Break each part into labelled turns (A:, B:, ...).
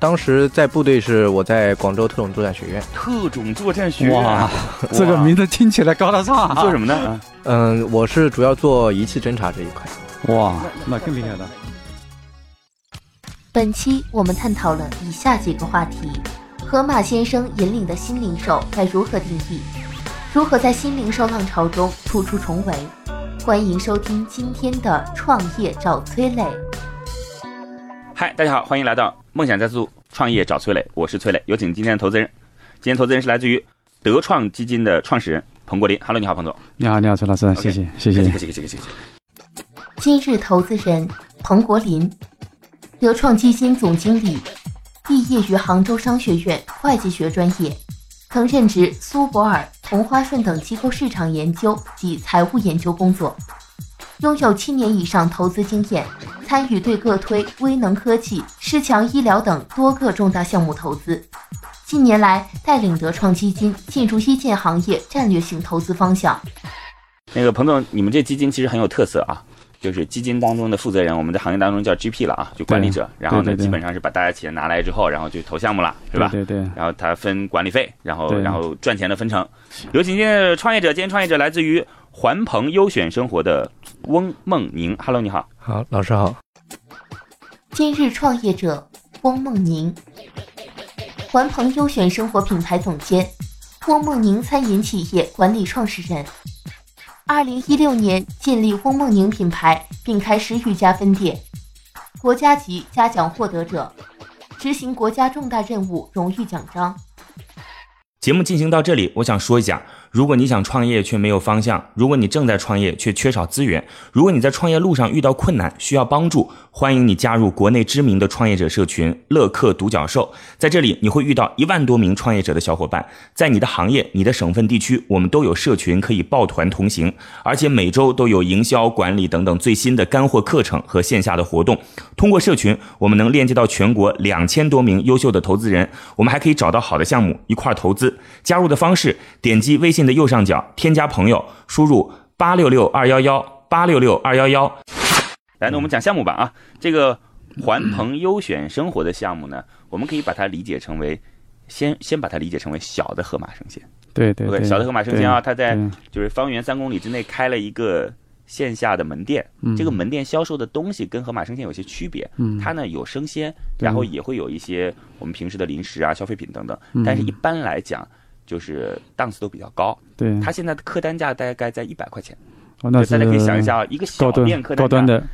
A: 当时在部队是我在广州特种作战学院，
B: 特种作战学院，
C: 哇，这个名字听起来高大上啊。
B: 做什么呢？
A: 嗯，我是主要做仪器侦察这一块。
C: 哇，那更厉害了。
D: 本期我们探讨了以下几个话题：河马先生引领的新零售该如何定义？如何在新零售浪潮中突出重围？欢迎收听今天的《创业找崔磊》。
B: 嗨，大家好，欢迎来到梦想加速度创业找崔磊，我是崔磊，有请今天的投资人。今天投资人是来自于德创基金的创始人彭国林。Hello，你好，彭总。
C: 你好，你好，陈老师，谢谢，谢谢。
B: 客气客气客气客气。
D: 今日投资人彭国林，德创基金总经理，毕业于杭州商学院会计学专业，曾任职苏泊尔、同花顺等机构市场研究及财务研究工作，拥有七年以上投资经验，参与对个推、威能科技、世强医疗等多个重大项目投资。近年来，带领德创基金进入一线行业战略性投资方向。
B: 那个彭总，你们这基金其实很有特色啊，就是基金当中的负责人，我们在行业当中叫 GP 了啊，就管理者。然后呢，
C: 对对对
B: 基本上是把大家钱拿来之后，然后就投项目了，是吧？
C: 对对对
B: 然后他分管理费，然后
C: 对
B: 然后赚钱的分成。有请今天的创业者，今天创业者来自于环鹏优选生活的翁梦宁。Hello，你好。
A: 好，老师好。
D: 今日创业者翁梦宁，环鹏优选生活品牌总监，翁梦宁餐饮企业管理创始人。二零一六年建立翁梦宁品牌，并开十余家分店，国家级嘉奖获得者，执行国家重大任务荣誉奖章。
E: 节目进行到这里，我想说一下：如果你想创业却没有方向，如果你正在创业却缺少资源，如果你在创业路上遇到困难需要帮助，欢迎你加入国内知名的创业者社群“乐客独角兽”。在这里，你会遇到一万多名创业者的小伙伴，在你的行业、你的省份、地区，我们都有社群可以抱团同行，而且每周都有营销管理等等最新的干货课程和线下的活动。通过社群，我们能链接到全国两千多名优秀的投资人，我们还可以找到好的项目一块儿投资。加入的方式，点击微信的右上角添加朋友，输入八六六二幺幺八六六二幺幺。
B: 来，那我们讲项目吧啊，这个环鹏优选生活的项目呢，我们可以把它理解成为，先先把它理解成为小的河马生鲜
C: 对对
B: ，OK，
C: 对，
B: 小的河马生鲜啊，
C: 对
B: 它在
C: 对
B: 就是方圆三公里之内开了一个线下的门店，
C: 嗯
B: 这个门店销售的东西跟河马生鲜有些区别，
C: 嗯
B: 它呢有生鲜，
C: 对
B: 然后也会有一些我们平时的零食啊、消费品等等，
C: 嗯
B: 但是一般来讲。就是档次都比较高，
C: 对，
B: 它现在的客单价大概在一百块钱，
C: 哦嗯那
B: 就大
C: 是
B: 家可以想一下，啊，一个小
C: 高
B: 店
C: 端
B: 客
C: 高端
B: 单价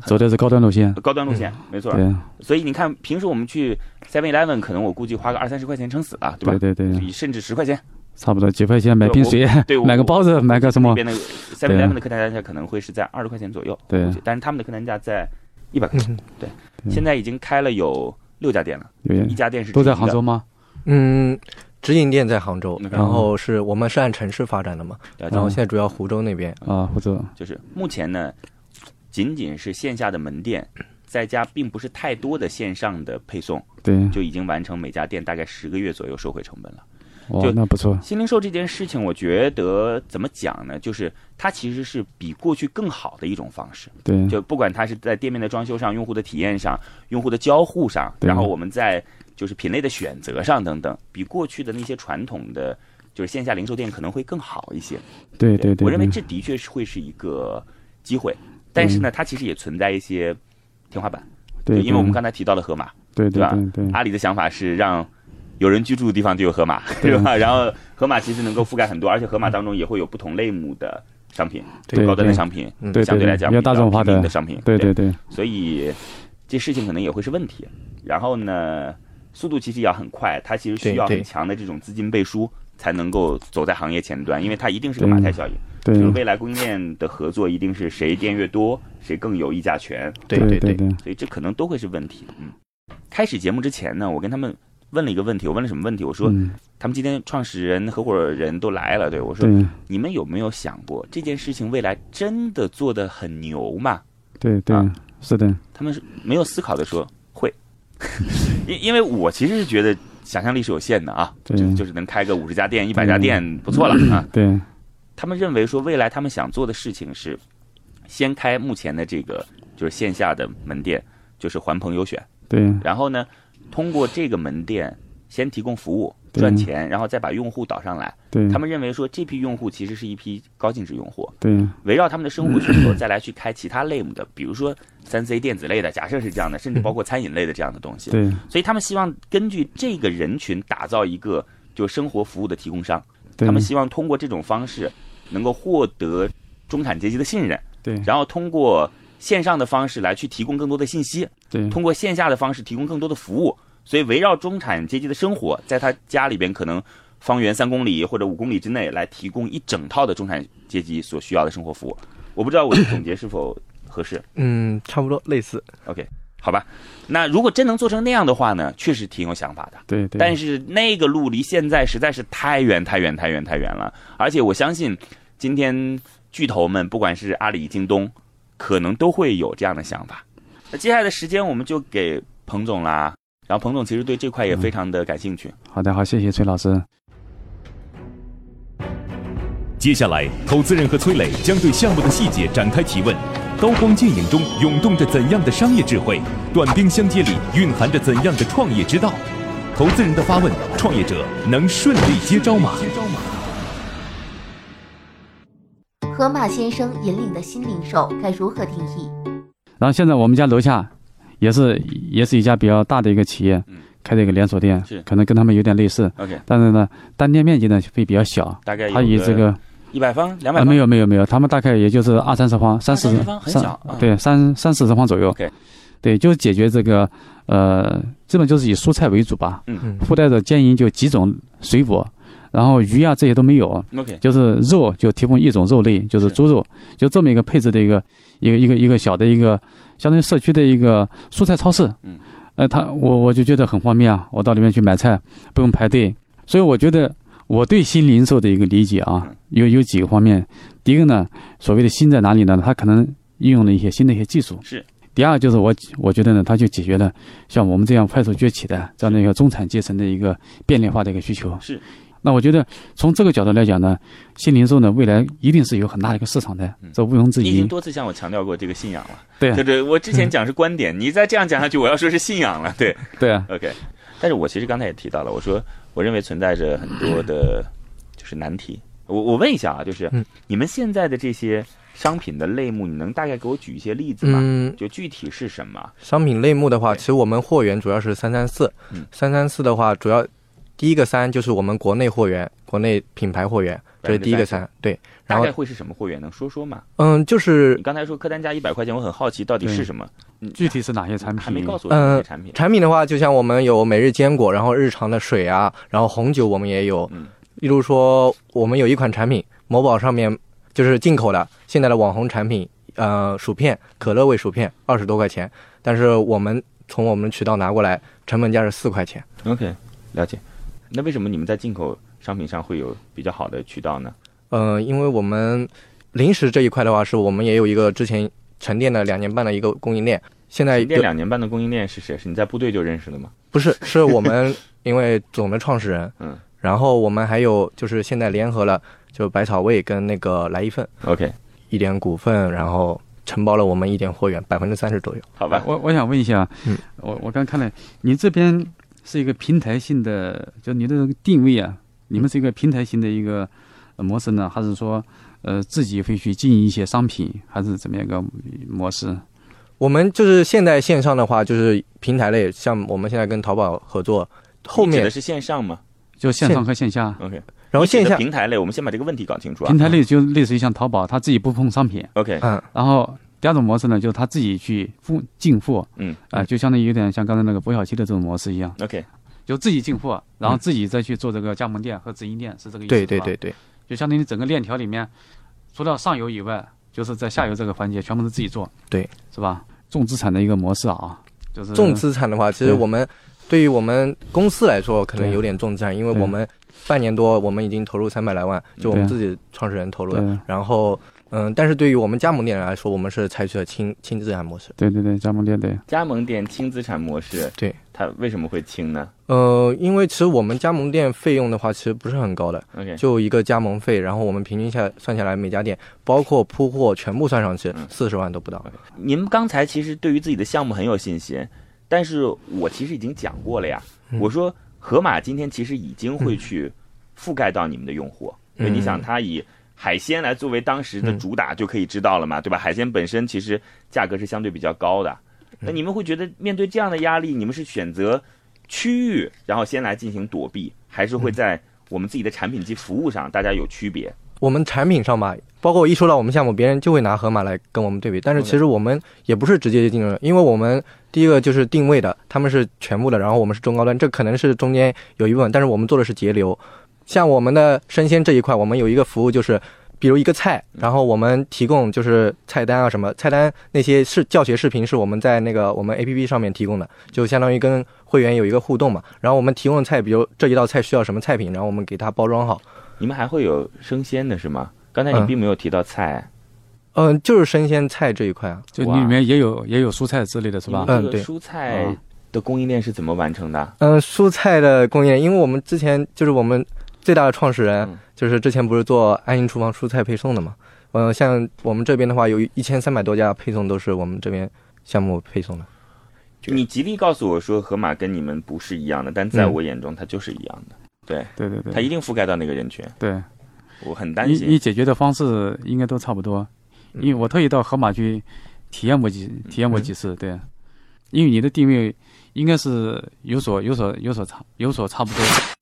C: 的，走的是高端路线。
B: 高端路线，没错，
C: 对
B: 所以你看，平时我们去 Seven Eleven，可能我估计花个二三十块钱撑死了，对吧？
C: 对对对，
B: 你甚至十块钱，
C: 差不多几块钱买瓶水，
B: 对，我
C: 买个包子，买个什
B: 那
C: 么？
B: 边的 Seven Eleven 的客单价可能会是在二十块钱左右，
C: 对
B: 估计，但是他们的客单价在一百块钱。
A: 嗯
C: 对
B: 现在已经开了有六家店了，
C: 有点
B: 一家店是
C: 都在
B: 直营
C: 杭
B: 的
C: 州，吗？
A: 嗯，直营店在杭州，
B: 嗯
A: 然后是我们是按城市发展的嘛，
B: 对
A: 然后
C: 嗯
A: 现在主要湖州那边。
C: 啊，或者
B: 就是目前呢，仅仅是线下的门店。再加并不是太多的线上的配送，
C: 对，
B: 就已经完成每家店大概十个月左右收回成本了。
C: 哇
B: 就，
C: 那不错。
B: 新零售这件事情，我觉得怎么讲呢？就是它其实是比过去更好的一种方式。
C: 对，
B: 就不管它是在店面的装修上、用户的体验上、用户的交互上，
C: 对
B: 然后我们在就是品类的选择上等等，比过去的那些传统的就是线下零售店可能会更好一些。
C: 对对嗯对，
B: 我认为
C: 对
B: 这的确是会是一个机会，但是呢，它其实也存在一些天花板，
C: 对，
B: 就因为我们
C: 对嗯
B: 刚才提到了盒马，对
C: 对对
B: 吧
C: 对对，
B: 阿里的想法是让有人居住的地方就有河马， 是吧？然后河马其实能够覆盖很多，而且河马当中也会有不同类目的商品，
C: 对
B: 高端的
C: 对
B: 商品，
A: 嗯
C: 对
B: 相对来讲
C: 比较大众化
B: 平民
C: 的
B: 的，商品，
C: 对对对
B: 所以这事情可能也会是问题。然后呢，速度其实也要很快，它其实需要
A: 对对
B: 很强的这种资金背书。才能够走在行业前端，因为它一定是个马太效应，
C: 对
B: 就是未来供应链的合作一定是谁店越多，谁更有议价权，
A: 对
C: 对
A: 对
C: 对，
B: 所以这可能都会是问题。嗯，开始节目之前呢，我跟他们问了一个问题，我问了什么问题？我说、
C: 嗯，
B: 他们今天创始人、合伙人都来了，对我说，
C: 对
B: 你们有没有想过这件事情未来真的做得很牛吗？
C: 对对
B: 啊，
C: 是的，
B: 他们是没有思考的说会， 因因为我其实是觉得想象力是有限的啊，
C: 对嗯
B: 就就是能开个五十家店、一百家店不错了啊。
C: 对
B: 他们认为说未来他们想做的事情是，先开目前的这个就是线下的门店，就是环朋优选，
C: 对
B: 然后呢，通过这个门店先提供服务
C: 对嗯
B: 赚钱，然后再把用户导上来。
C: 对，
B: 他们认为说这批用户其实是一批高净值用户，
C: 对
B: 围绕他们的生活需求再来去开其他类目的，比如说三 C 电子类的，假设是这样的，甚至包括餐饮类的这样的东西。
C: 对
B: 所以他们希望根据这个人群打造一个就生活服务的提供商，
C: 对，
B: 他们希望通过这种方式能够获得中产阶级的信任，
C: 对
B: 然后通过线上的方式来去提供更多的信息，
C: 对
B: 通过线下的方式提供更多的服务。所以围绕中产阶级的生活，在他家里边可能方圆三公里或者五公里之内来提供一整套的中产阶级所需要的生活服务。我不知道我的总结是否合适。
A: 嗯，差不多类似。
B: OK，好吧。那如果真能做成那样的话呢，确实挺有想法的。
C: 对对，
B: 但是那个路离现在实在是太远太远太远太远了，而且我相信今天巨头们，不管是阿里、京东，可能都会有这样的想法。那接下来的时间我们就给彭总啦，然后彭总其实对这块也非常的感兴趣。
C: 好的好，谢谢崔老师。
F: 接下来，投资人和崔磊将对项目的细节展开提问。刀光剑影中涌动着怎样的商业智慧？短兵相接里蕴含着怎样的创业之道？投资人的发问，创业者能顺利接招吗？
D: 河马先生引领的新零售该如何定义？
C: 然后现在我们家楼下也是也是一家比较大的一个企业
B: 嗯，
C: 开的一个连锁店
B: 是，
C: 可能跟他们有点类似，
B: OK，
C: 但是呢，单店面积呢会比较小。
B: 大概有
C: 它以这个
B: 一百方、两百
C: 啊
B: 方、
C: 没有没有没有，他们大概也就是二三十方，三四
B: 二三十
C: 十
B: 方很
C: 三
B: 小啊
C: 对三三四十方左右。
B: OK
C: 对，就是解决这个呃，基本就是以蔬菜为主吧，
A: 嗯
C: 附带着兼营就几种水果，然后鱼啊这些都没有。
B: OK，
C: 就是肉就提供一种肉类，就是
B: 是
C: 猪肉，就这么一个配置的一个一个一个一个小的一个相当于社区的一个蔬菜超市。
B: 嗯，
C: 呃，他我我就觉得很方便啊，我到里面去买菜不用排队，所以我觉得我对新零售的一个理解啊
B: 嗯，
C: 有有几个方面。第一个呢，所谓的新在哪里呢？它可能应用了一些新的一些技术。
B: 是。
C: 第二就是我我觉得呢，它就解决了像我们这样快速崛起的这样的一个中产阶层的一个便利化的一个需求。
B: 是。
C: 那我觉得从这个角度来讲呢，新零售呢未来一定是有很大的一个市场的
B: 嗯，
C: 这毋庸置
B: 你已经
C: 疑。
B: 多次向我强调过这个信仰了。
C: 对啊
B: 对对，我之 前讲是观点，你再这样讲下去，我要说是信仰了。对，
C: 对啊，
B: OK，但是我其实刚才也提到了，我说我认为存在着很多 的，就是难题。我我问一下啊，就是、
A: 嗯
B: 你们现在的这些商品的类目，你能大概给我举一些例子吗？
A: 嗯，
B: 就具体是什么？
A: 商品类目的话，
B: 对
A: 其实我们货源主要是三三四
B: 嗯，
A: 三三四的话，主要第一个三就是我们国内货源，国内品牌货源，这是第一个三。对，然
B: 大
A: 后
B: 概会是什么货源？能说说吗？
A: 嗯，就是
B: 你刚才说客单价一百块钱，我很好奇到底是什么，
C: 具体是哪些产品？
B: 嗯还没告诉我
A: 呃
B: 这些产品。
A: 产品的话，就像我们有每日坚果，然后日常的水啊，然后红酒我们也有。
B: 嗯
A: 例如说，我们有一款产品，某宝上面就是进口的，现在的网红产品，呃，薯片，可乐味薯片，二十多块钱，但是我们从我们渠道拿过来，成本价是四块钱。
B: OK，了解。那为什么你们在进口商品上会有比较好的渠道呢？
A: 呃，因为我们零食这一块的话，是我们也有一个之前沉淀了两年半的一个供应链，现在
B: 你
A: 有
B: 店两年半的供应链是谁？是你在部队就认识的吗？
A: 不是，是我们因为总的创始人，
B: 嗯，
A: 然后我们还有就是现在联合了就百草味跟那个来一份
B: OK，
A: 一点股份，然后承包了我们一点货源百分之三十左右。
B: 好吧，
C: 我我想问一下，
A: 嗯
C: 我我刚看了，您这边是一个平台性的，就您的这个定位啊，你们是一个平台型的一个呃模式呢，还是说呃自己会去经营一些商品，还是怎么样一个模式？
A: 我们就是现在线上的话，就是平台类，像我们现在跟淘宝合作，后
B: 你指的
A: 面
B: 是线上吗
C: 就线上和线下？
B: ？OK，
A: 然后
B: 你指的
A: 线下，
B: 平台类，我们先把这个问题搞清楚啊。
C: 平台类就类似于像淘宝，他自己不碰商品，
B: OK，
A: 嗯，
C: 然后第二种模式呢，就是他自己去付进货，
B: 嗯
C: 啊、就相当于有点像刚才那个博小七的这种模式一样，
B: OK，
C: 就自己进货，然后自己再去做这个加盟店和直营店，是这个意
A: 嗯
C: 思
A: 对对
C: 吧
A: 对，对，
C: 就相当于整个链条里面，除了上游以外，就是在下游这个环节全部是自己做，
A: 对，
C: 是吧？重资产的一个模式啊，就是
A: 重资产的话，其实
C: 对
A: 我们对于我们公司来说，可能
C: 对
A: 有点重担，因为
C: 对
A: 我们半年多，我们已经投入三百来万，就我们
C: 对
A: 自己创始人投入
C: 对
A: 的。然后，嗯，但是对于我们加盟店来说，我们是采取了轻轻资产模式。
C: 对对对，加盟店对，
B: 加盟店轻资产模式，
A: 对，
B: 它为什么会轻呢
A: 呃，因为其实我们加盟店费用的话，其实不是很高的，
B: ？OK，
A: 就一个加盟费，然后我们平均下算下来，每家店包括铺货全部算上去，
C: 嗯
A: 四十万都不到。
B: 您刚才其实对于自己的项目很有信心，但是我其实已经讲过了呀。我说盒马今天其实已经会去覆盖到你们的用户，因为你想，它以海鲜来作为当时的主打，就可以知道了嘛，对吧？海鲜本身其实价格是相对比较高的，那你们会觉得面对这样的压力，你们是选择区域，然后先来进行躲避，还是会在我们自己的产品及服务上大家有区别？
A: 我们产品上吧，包括我一说到我们项目，别人就会拿盒马来跟我们对比，但是其实我们也不是直接竞争，因为我们第一个就是定位的，他们是全部的，然后我们是中高端，这可能是中间有一部分，但是我们做的是节流。像我们的生鲜这一块，我们有一个服务就是。比如一个菜，然后我们提供就是菜单啊什么，菜单那些是教学视频是我们在那个我们 A P P 上面提供的，就相当于跟会员有一个互动嘛。然后我们提供的菜，比如这一道菜需要什么菜品，然后我们给它包装好，
B: 你们还会有生鲜的是吗？刚才你
A: 嗯
B: 并没有提到菜。
A: 嗯，就是生鲜菜这一块啊，
C: 就
B: 哇
C: 里面也有也有蔬菜之类的是吧？
B: 你们
A: 嗯
B: 这个
A: 对
B: 蔬菜的供应链是怎么完成的？
A: 嗯，蔬菜的供应链，因为我们之前就是我们最大的创始人，
B: 嗯
A: 就是之前不是做安心厨房蔬菜配送的嘛，嗯、像我们这边的话，有一千三百多家配送都是我们这边项目配送的，
B: 你极力告诉我说，盒马跟你们不是一样的，但在
A: 嗯
B: 我眼中，它就是一样的。
C: 对对
B: 它一
C: 对，
B: 定覆盖到那个人群，
C: 对
B: 我很担
C: 你你
B: 心。
C: 解决的方式应该都差不多，因为我特意到盒马去体验过几体验过几次，对，因为你的定位应该是有所有所有所差有所差不多。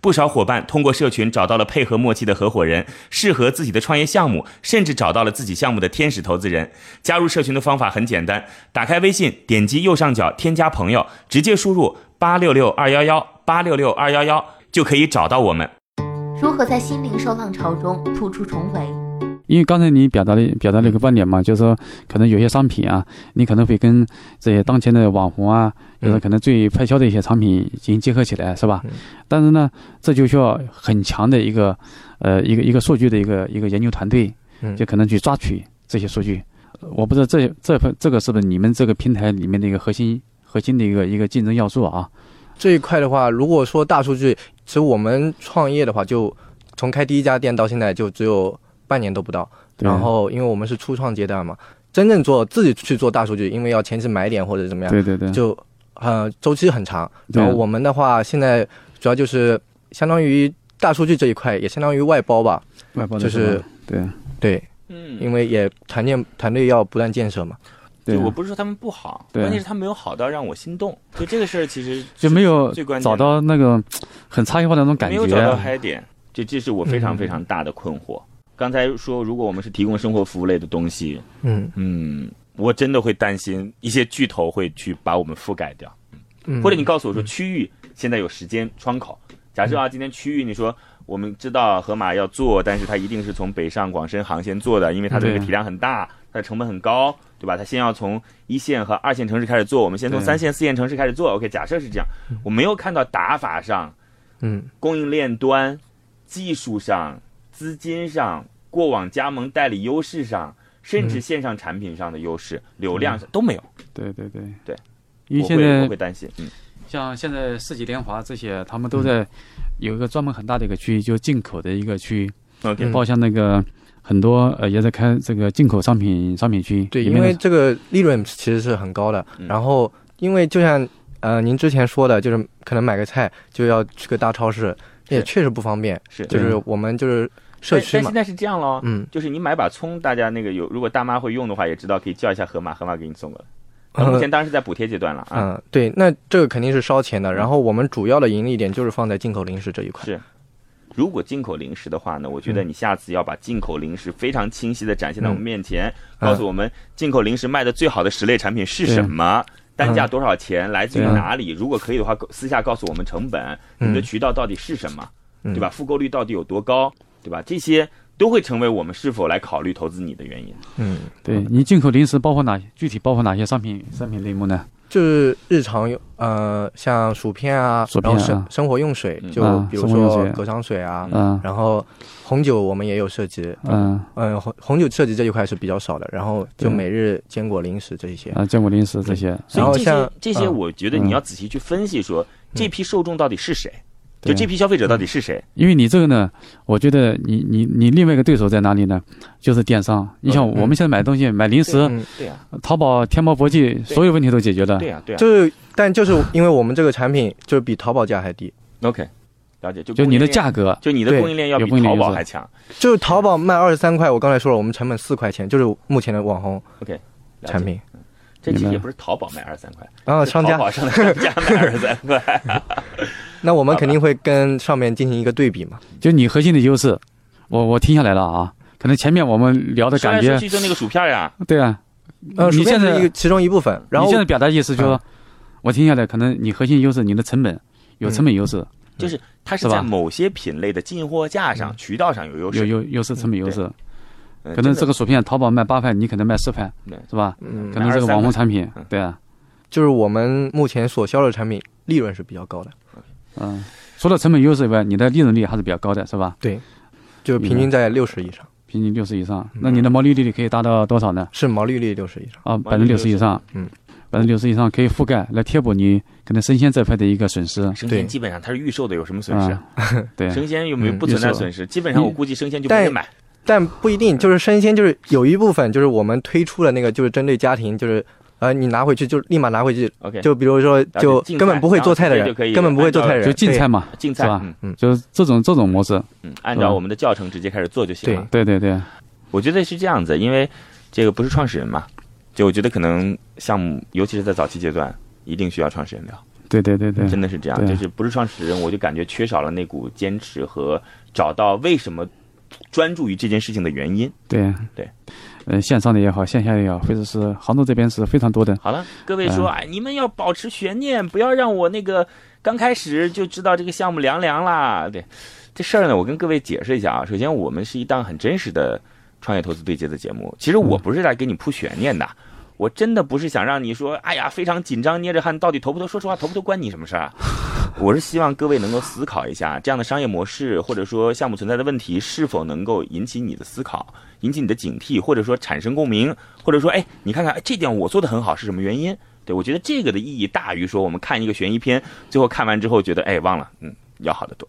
E: 不少伙伴通过社群找到了配合默契的合伙人，适合自己的创业项目，甚至找到了自己项目的天使投资人。加入社群的方法很简单，打开微信，点击右上角添加朋友，直接输入八六六二幺幺八六六二幺幺就可以找到我们。
D: 如何在新零售浪潮中突出重围？
C: 因为刚才你表达了表达了一
B: 嗯
C: 个观点嘛，就是说可能有些商品啊，你可能会跟这些当前的网红啊，
B: 嗯
A: 嗯
C: 就是可能最快销的一些产品进行结合起来，是
B: 嗯
C: 吧？但是呢，这就需要很强的一个呃一个一个数据的一个一个研究团队，
A: 嗯
C: 就可能去抓取这些数据。我不知道这这份这个是不是你们这个平台里面的一个核心核心的一个一个竞争要素啊？
A: 这一块的话，如果说大数据，其实我们创业的话，就从开第一家店到现在就只有半年都不到。
C: 对
A: 然后，因为我们是初创阶段嘛，真正做自己去做大数据，因为要前期买点或者怎么样，
C: 对对对，
A: 就呃周期很长。然后
C: 对
A: 我们的话，现在主要就是相当于大数据这一块，也相当于外包吧。
C: 外包的
A: 就是是
C: 吧对
A: 对，
B: 嗯
C: 啊
A: 因为也团建团队要不断建设嘛。
C: 对
B: 就我不是说他们不好，
C: 对啊
B: 关键是他没有好到让我心动。就这个事儿，其实
C: 就没有
B: 最关键
C: 找
B: 的
C: 到那个很差异化的那种感
B: 没
C: 觉。啊
B: 有找到嗨点，这这是我非常非常大的困惑。刚才说，如果我们是提供生活服务类的东西，
A: 嗯
B: 嗯，我真的会担心一些巨头会去把我们覆盖掉。
A: 嗯，
B: 或者你告诉我说区域现在有时间窗口。
C: 嗯
B: 假设啊，今天区域你说我们知道河马要做，但是它一定是从北上广深航线做的，因为它的这个
C: 对
B: 体量很大，它的成本很高，对吧？它先要从一线和二线城市开始做，我们先从
C: 对
B: 三线、四线城市开始做。OK，假设是这样，
C: 嗯
B: 我没有看到打法上、
A: 嗯
B: 供应链端、技术上、资金上、过往加盟代理优势上，甚
C: 嗯
B: 至线上产品上的优势、流量上都没有，
C: 对对对
B: 对，
C: 嗯因为
B: 我
C: 现
B: 会我
C: 在
B: 会担心，嗯，
C: 像现在世纪联华这些，他们都在有一个专门很大的一个区域，就进口的一个区域，
B: OK
C: 包括像那个很多呃也在开这个进口商品商品区，
A: 嗯对，
C: 里
A: 因
C: 面的
A: 为这个利润其实是很高的。
B: 嗯
A: 然后，因为就像呃您之前说的，就是可能买个菜就要去个大超市，也
B: 是
A: 确实不方便。
B: 是
A: 就是我们就是社区
B: 但但
A: 嘛
B: 现，在是这样喽，
A: 嗯
B: 就是你买把葱，大家那个有，如果大妈会用的话，也知道可以叫一下盒马，盒马给你送过来。那目前当然是在补贴阶段了啊，
A: 呃嗯，对，那这个肯定是烧钱的。然后我们主要的盈利点就是放在进口零食这一块。
B: 是如果进口零食的话呢，我觉得你下次要把进口零食非常清晰的展现在我们面前，
A: 嗯
B: 告诉我们进口零食卖的最好的十类产品是什么。单价多少钱？来自于
C: 对啊
B: 哪里？如果可以的话，告私下告诉我们成本，
A: 嗯
B: 你的渠道到底是什么，
A: 嗯
B: 对吧？复购率到底有多高，对吧？这些都会成为我们是否来考虑投资你的原因。
A: 嗯，
C: 对你进口零食包括哪？具体包括哪些商品商品类目呢？
A: 就是日常用呃，像薯片啊，
C: 薯片啊
A: 然后生生活用水
B: 嗯，
A: 就
C: 啊
A: 比如
C: 生活用
A: 说
C: 水
A: 隔山水啊，
C: 嗯
A: 然后红酒我们也有涉及，
C: 嗯
A: 嗯，红红酒涉及这一块是比较少的，然后就
C: 对
A: 每日坚果零食这一些，
C: 啊，坚果零食这些，
B: 所以这
A: 然后
B: 些
A: 像
B: 这些，
A: 嗯
B: 我觉得你要仔细去分析说，这批受众到底是谁，
C: 嗯对嗯
B: 就这批消费者到底是谁。
C: 因为你这个呢，我觉得你你你另外一个对手在哪里呢？就是电商。你像我们现在买东西，买零食，
A: 嗯，
B: 对呀，
C: 淘宝、天猫、国际，所有问题都解决了。
B: 啊对呀，对呀。
A: 就是但就是因为我们这个产品就是比淘宝价还低，
B: OK，了解。就
C: 就你
B: 供
C: 的
B: 应链
C: 价，格，
B: 就你的
A: 对
B: 供应链要比
C: 有供应
B: 淘
C: 链
B: 宝
C: 优势
B: 还强。
A: 就是淘宝卖二十三块，我刚才说了，我们成本四块钱，就是目前的网红
B: 了解
A: 产，品。
B: 这其
C: 明
B: 实
C: 白
B: 也不是淘宝卖二十三块，
A: 然
C: 哦
A: 后
B: 是
A: 商
B: 淘
A: 家，
B: 宝上的 商家卖二十三块。
A: 那我们肯定会跟上面进行一个对比嘛。
C: 就你核心的优势，我我听下来了啊。可能前面我们聊的
B: 说
C: 感
B: 来说
C: 觉，
B: 去就那个薯片呀，
C: 对啊，
A: 呃，
C: 你
A: 薯片
C: 现
A: 是
C: 在
A: 一个其中一部分，然后嗯
C: 你现在表达意思就是说，我听下来，可能你核心优势，你的成本有成本优
A: 嗯
C: 势，
B: 就是它是
C: 是吧嗯
B: 在某些品类的进货价上、渠道上有优
C: 有
B: 势。
C: 有优势，成本优势。
B: 嗯
C: 可能这
B: 真的
C: 个薯片淘宝卖八块，你可能卖四块
B: 对，
C: 是吧？
A: 嗯
C: 可能这个网红产品
B: 嗯，
C: 对啊，
A: 就是我们目前所销的产品利润是比较高的，
C: 嗯。除了成本优势以外，你的利润率还是比较高的，是吧？
A: 对，就是平均
B: 嗯
A: 在六十以上，
C: 平均六十以上，那你的毛利率可以达到多少呢？
A: 是嗯毛利率六十以上。
C: 啊，
B: 毛
C: 百
B: 利
C: 分之
B: 率
C: 六十以上，
A: 嗯，
C: 百分之六十以上可以覆盖来贴补你可能生鲜这块的一个损失，
B: 生鲜
A: 对
B: 基本上它是预售的，有什么损失啊？
C: 对，
B: 生鲜有没有
A: 嗯
B: 不存在
C: 预售
B: 损失？基本上我估计生鲜就没
A: 但
B: 人买。
A: 但不一定，就是生鲜，就是有一部分就是我们推出的那个，就是针对家庭，就是呃，你拿回去就立马拿回去，
B: OK，
A: 就比如说
B: 解
A: 就
B: 竞
A: 根本
B: 赛
A: 不会
B: 然后
A: 做菜的
B: 直接
A: 人
B: 就可以，
A: 根本不会
B: 按照
A: 做菜的人，
C: 就竞
A: 对
C: 赛嘛，
B: 竞赛
C: 是吧
B: 嗯
C: 就是这种这种模式，
B: 嗯，按照
C: 嗯
B: 我们的教程直接开始做就行了。
C: 对对对，
B: 我觉得是这样子，因为这个不是创始人嘛，就我觉得可能项目，尤其是在早期阶段，一定需要创始人聊，
C: 对对对对
B: 真，的是这样。
C: 对
B: 就是不是创始人，我就感觉缺少了那股坚持和找到为什么专注于这件事情的原因。
C: 对
B: 对，
C: 呃，线上的也好，线下的也好，或者是杭州这边是非常多的，
B: 好了，各位说，
C: 嗯
B: 哎，你们要保持悬念，不要让我那个刚开始就知道这个项目凉凉啦。对，这事儿呢，我跟各位解释一下啊。首先，我们是一档很真实的创业投资对接的节目，其实我不是来给你铺悬念的。我真的不是想让你说，哎呀，非常紧张，捏着汗，到底投不投？说实话，投不投关你什么事儿啊？我是希望各位能够思考一下，这样的商业模式或者说项目存在的问题，是否能够引起你的思考，引起你的警惕，或者说产生共鸣，或者说，哎，你看看，哎，这点我做的很好，是什么原因？对我觉得这个的意义大于说我们看一个悬疑片，最后看完之后觉得，哎，忘了，嗯，要好得多。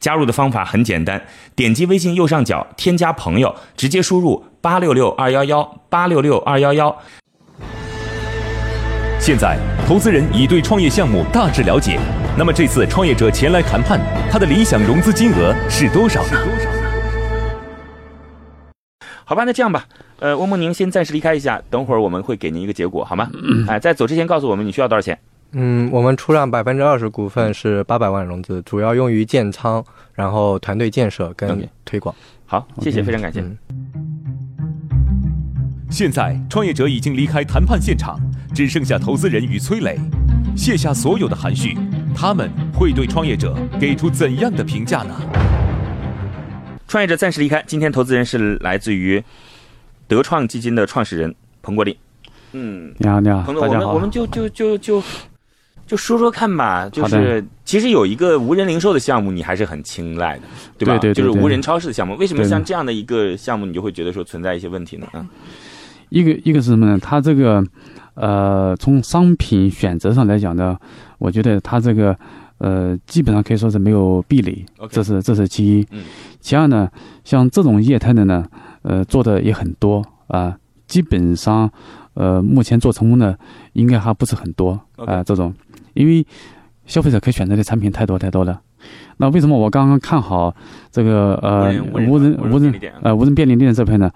E: 加入的方法很简单，点击微信右上角添加朋友，直接输入八六六二幺幺八六六二幺幺。
F: 现在，投资人已对创业项目大致了解。那么这次创业者前来谈判，他的理想融资金额是多少呢？
B: 好吧，那这样吧，呃，翁梦宁先暂时离开一下，等会儿我们会给您一个结果，好吗？哎、在走之前告诉我们你需要多少钱。
A: 嗯，我们出让百分之二十股份是
B: 嗯
A: 八百万融资，主要用于建仓，然后团队建设
B: OK
A: 跟推广。
B: 好，谢谢，
C: OK
B: 非常感谢。
A: 嗯，
F: 现在，创业者已经离开谈判现场，只剩下投资人与崔磊，卸下所有的含蓄，他们会对创业者给出怎样的评价呢？
B: 创业者暂时离开，今天投资人是来自于德创基金的创始人彭国立。嗯，
C: 你好你好，
B: 彭总，
C: 啊大
B: 我
C: 家
B: 们我
C: 好
B: 们，就就就就就说说看吧，就
C: 好的
B: 是其实有一个无人零售的项目，你还是很青睐的，对吧？
C: 对对对
B: 就是
C: 对
B: 无人超市的项目，为什么
C: 对
B: 像这样的一个项目，你就会觉得说存在一些问题呢？啊，
C: 一个一个是什么呢？它这个呃，从商品选择上来讲呢，我觉得它这个呃，基本上可以说是没有壁垒
B: OK
C: 这是这是其一。
B: 嗯
C: 其二呢，像这种业态的呢，呃，做的也很多啊、基本上，呃，目前做成功的应该还不是很多啊、
B: OK
C: 这种，因为消费者可以选择的产品太多太多了。那为什么我刚刚看好这个呃
B: 无人
C: 无人
B: 无人便
C: 无人
B: 利店啊
C: 呃无人便利店这边呢？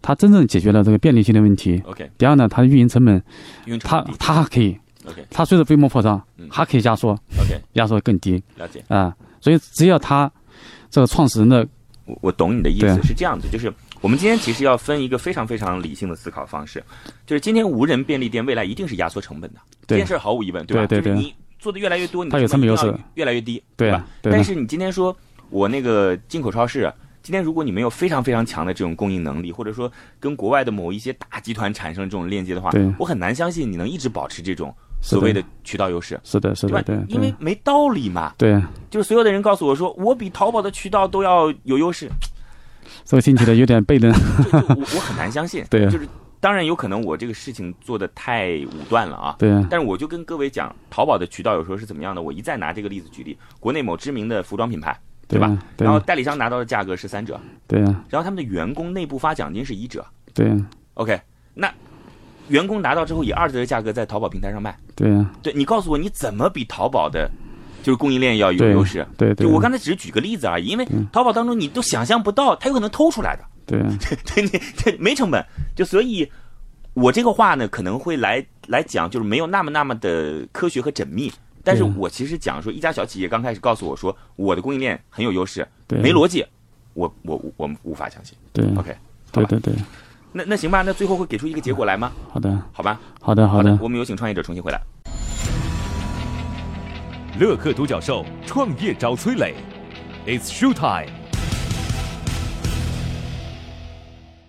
C: 它真正解决了这个便利性的问题。
B: OK，
C: 第二呢，它的运营成本，
B: 运
C: 它
B: 成本
C: 它还可以
B: OK
C: 它随着规模扩张
B: 嗯，
C: 还可以压缩，
B: OK
C: 压缩更低
B: 了解。
C: 啊、所以只要它这个创始人的
B: 我我懂你的意
C: 对
B: 思
C: 啊，
B: 是这样子，就是我们今天其实要分一个非常非常理性的思考方式，就是今天无人便利店未来一定是压缩成本的，这
C: 对
B: 件事儿毫无疑问，吧？
C: 对对
B: 就是
C: 对
B: 你做的越来越多，你
C: 它有成本优势
B: 一定要越来越低，
C: 对
B: 吧
C: 啊？对啊
B: 但是你今天说我那个进口超市。啊今天如果你没有非常非常强的这种供应能力，或者说跟国外的某一些大集团产生这种链接的话
C: 对，
B: 我很难相信你能一直保持这种
C: 是
B: 所
C: 的
B: 谓的渠道优势，
C: 是的是
B: 对
C: 的
B: 吧？
C: 对
B: 因为
C: 对
B: 没道理嘛。
C: 对啊
B: 就是所有的人告诉我说，我比淘宝的渠道都要有优势，
C: 这个听起来有点 悖论，。
B: 就就我我很难相信
C: 对啊
B: 就是当然有可能我这个事情做的太武断了啊。
C: 对啊
B: 但是我就跟各位讲，淘宝的渠道有时候是怎么样的。我一再拿这个例子举例，国内某知名的服装品牌，
C: 对
B: 吧？
C: 啊对
B: 然后
C: 啊
B: 代理商拿到的价格是三折，
C: 对啊
B: 然后他们的员工内部发奖金是一折。
C: 对啊
B: OK，那员工拿到之后以二折的价格在淘宝平台上卖，
C: 对啊
B: 对你告诉我你怎么比淘宝的，就是供应链要有
C: 对
B: 优势？
C: 对啊嗯对
B: 就我刚才只是举个例子而已，因为淘宝当中你都想象不到，它有可能偷出来的。
C: 对啊
B: 对你这 没成本，就所以，我这个话呢可能会来来讲，就是没有那么那么的科学和缜密。但是
C: 对啊
B: 我其实讲说，一家小企业刚开始告诉我说我的供应链很有优势，
C: 对啊
B: 没逻辑，我我我我们无法相信。
C: 对啊
B: OK，好
C: 对
B: 吧，
C: 对对，
B: 那那行吧，那最后会给出一个结果来吗？
C: 好的
B: 好吧，
C: 好的好的，
B: 我们有请创业者重新回来。
F: 乐客独角兽创业找崔磊，It's show time。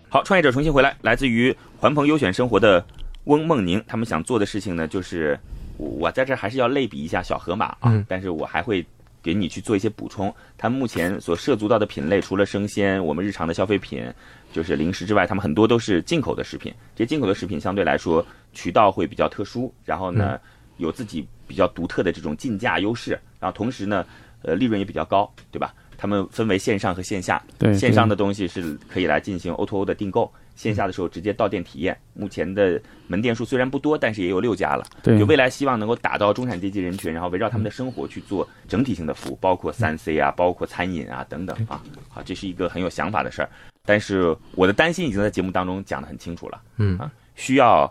B: 好，创业者重新回来，来自于环鹏优选生活的翁梦宁，他们想做的事情呢，就是我我在这儿还是要类比一下小河马啊，
A: 嗯
B: 但是我还会给你去做一些补充。他们目前所涉足到的品类，除了生鲜，我们日常的消费品就是零食之外，他们很多都是进口的食品。这进口的食品相对来说渠道会比较特殊，然后
C: 嗯
B: 呢，有自己比较独特的这种进价优势，然后同时呢，呃，利润也比较高，对吧？他们分为线上和线下，
C: 对
B: 线上
C: 对
B: 的东西是可以来进行 O to O 的订购，线下的时候直接到店体验。目前的门店数虽然不多，但是也有六家了。
C: 对
B: 就未来希望能够打到中产阶级人群，然后围绕他们的生活去做整体性的
C: 嗯
B: 服务，包括三 C 啊，包括餐饮啊等等啊。好，这是一个很有想法的事儿，但是我的担心已经在节目当中讲得很清楚了。
A: 嗯
B: 啊，需要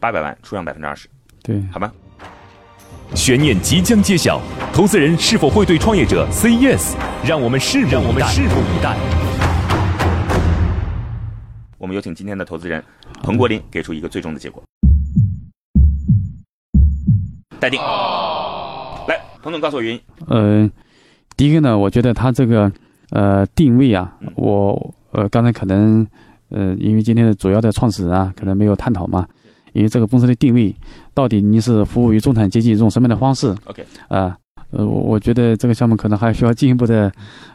B: 八百万出让百分之二十，
C: 对
B: 好吗？
F: 悬念即将揭晓，投资人是否会对创业者 say yes？让我们拭让我们拭目以待。
B: 我们有请今天的投资人彭国林给出一个最终的结果。待定。来，彭总告诉我原因。
C: 呃，第一个呢，我觉得它这个呃定位啊
B: 嗯，
C: 我呃刚才可能呃，因为今天的主要的创始人
B: 嗯
C: 啊，可能没有探讨嘛，因为这个公司的定位到底你是服务于中产阶级一种什么样的方式
B: OK
C: 啊、呃，我我觉得这个项目可能还需要进一步的，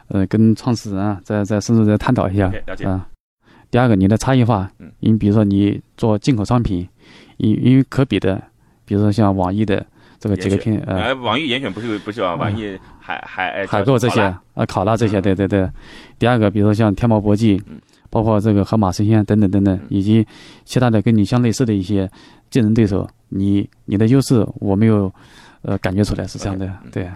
C: 呃，跟创始人啊，再再深入的探讨一下。
B: OK，了解。
C: 啊。第二个，你的差异化
B: 嗯，
C: 你比如说你做进口商品，因因为可比的，比如说像网易的这个几个
B: 严选
C: 品，呃，
B: 呃，网易严选不是不是啊，网易海海哎
C: 海
B: 叫
C: 购这些
B: 好啦，
C: 啊，考拉这些，
B: 嗯
C: 对对对。第二个，比如说像天猫国际
B: 嗯，
C: 包括这个盒马生鲜等等等等
B: 嗯，
C: 以及其他的跟你相类似的一些竞争对手，你你的优势我没有，呃，感觉出来是这样的
B: OK，嗯，
C: 对。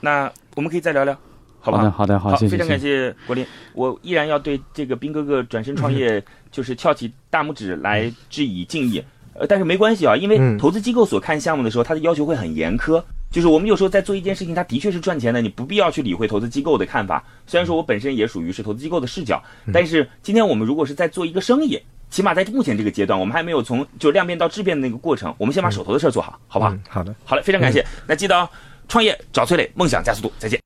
B: 那我们可以再聊聊，好不
C: 好的，好的，
B: 好，
C: 谢
B: 非
C: 谢，
B: 常感
C: 谢谢
B: 谢国林，我依然要对这个斌哥哥转身创业就是翘起大拇指来致以敬意。呃，但是没关系啊，因为
A: 嗯
B: 投资机构所看项目的时候，他的要求会很严苛。就是我们有时候在做一件事情，它的确是赚钱的，你不必要去理会投资机构的看法。虽然说我本身也属于是投资机构的视角，但是今天我们如果是在做一个生意，起码在目前这个阶段，我们还没有从就量变到质变的那个过程，我们先把手头的事儿做好，好不好？
A: 嗯好的，
B: 好嘞，非常感谢。那记得啊，创业找崔磊，梦想加速度，再见。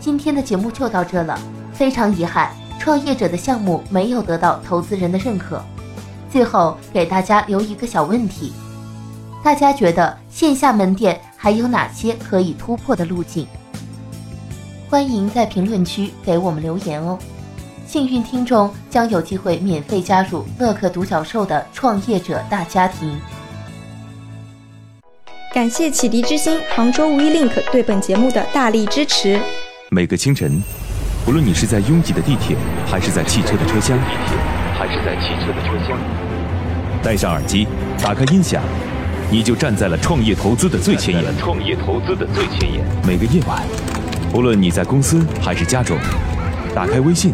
D: 今天的节目就到这了。非常遗憾，创业者的项目没有得到投资人的认可。最后给大家留一个小问题：大家觉得线下门店还有哪些可以突破的路径？欢迎在评论区给我们留言哦。幸运听众将有机会免费加入乐客独角兽的创业者大家庭。
G: 感谢启迪之星、杭州无一 link 对本节目的大力支持。
F: 每个清晨，无论你是在拥挤的地铁，还是在汽车的车厢，
G: 还是在汽车的车厢。
F: 戴上耳机，打开音响，你就站在了创业投资的最前沿。
G: 创业投资的最前沿。
F: 每个夜晚，无论你在公司还是家中，打开微信，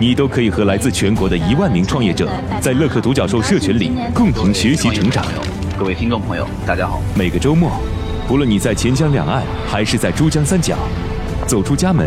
F: 你都可以和来自全国的一万名创业者在乐客独角兽社群里共同学习成长。
G: 各位听众朋友，大家好。
F: 每个周末，无论你在钱江两岸还是在珠江三角，走出家门，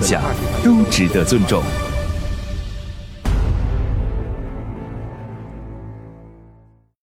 F: 想都值得尊重。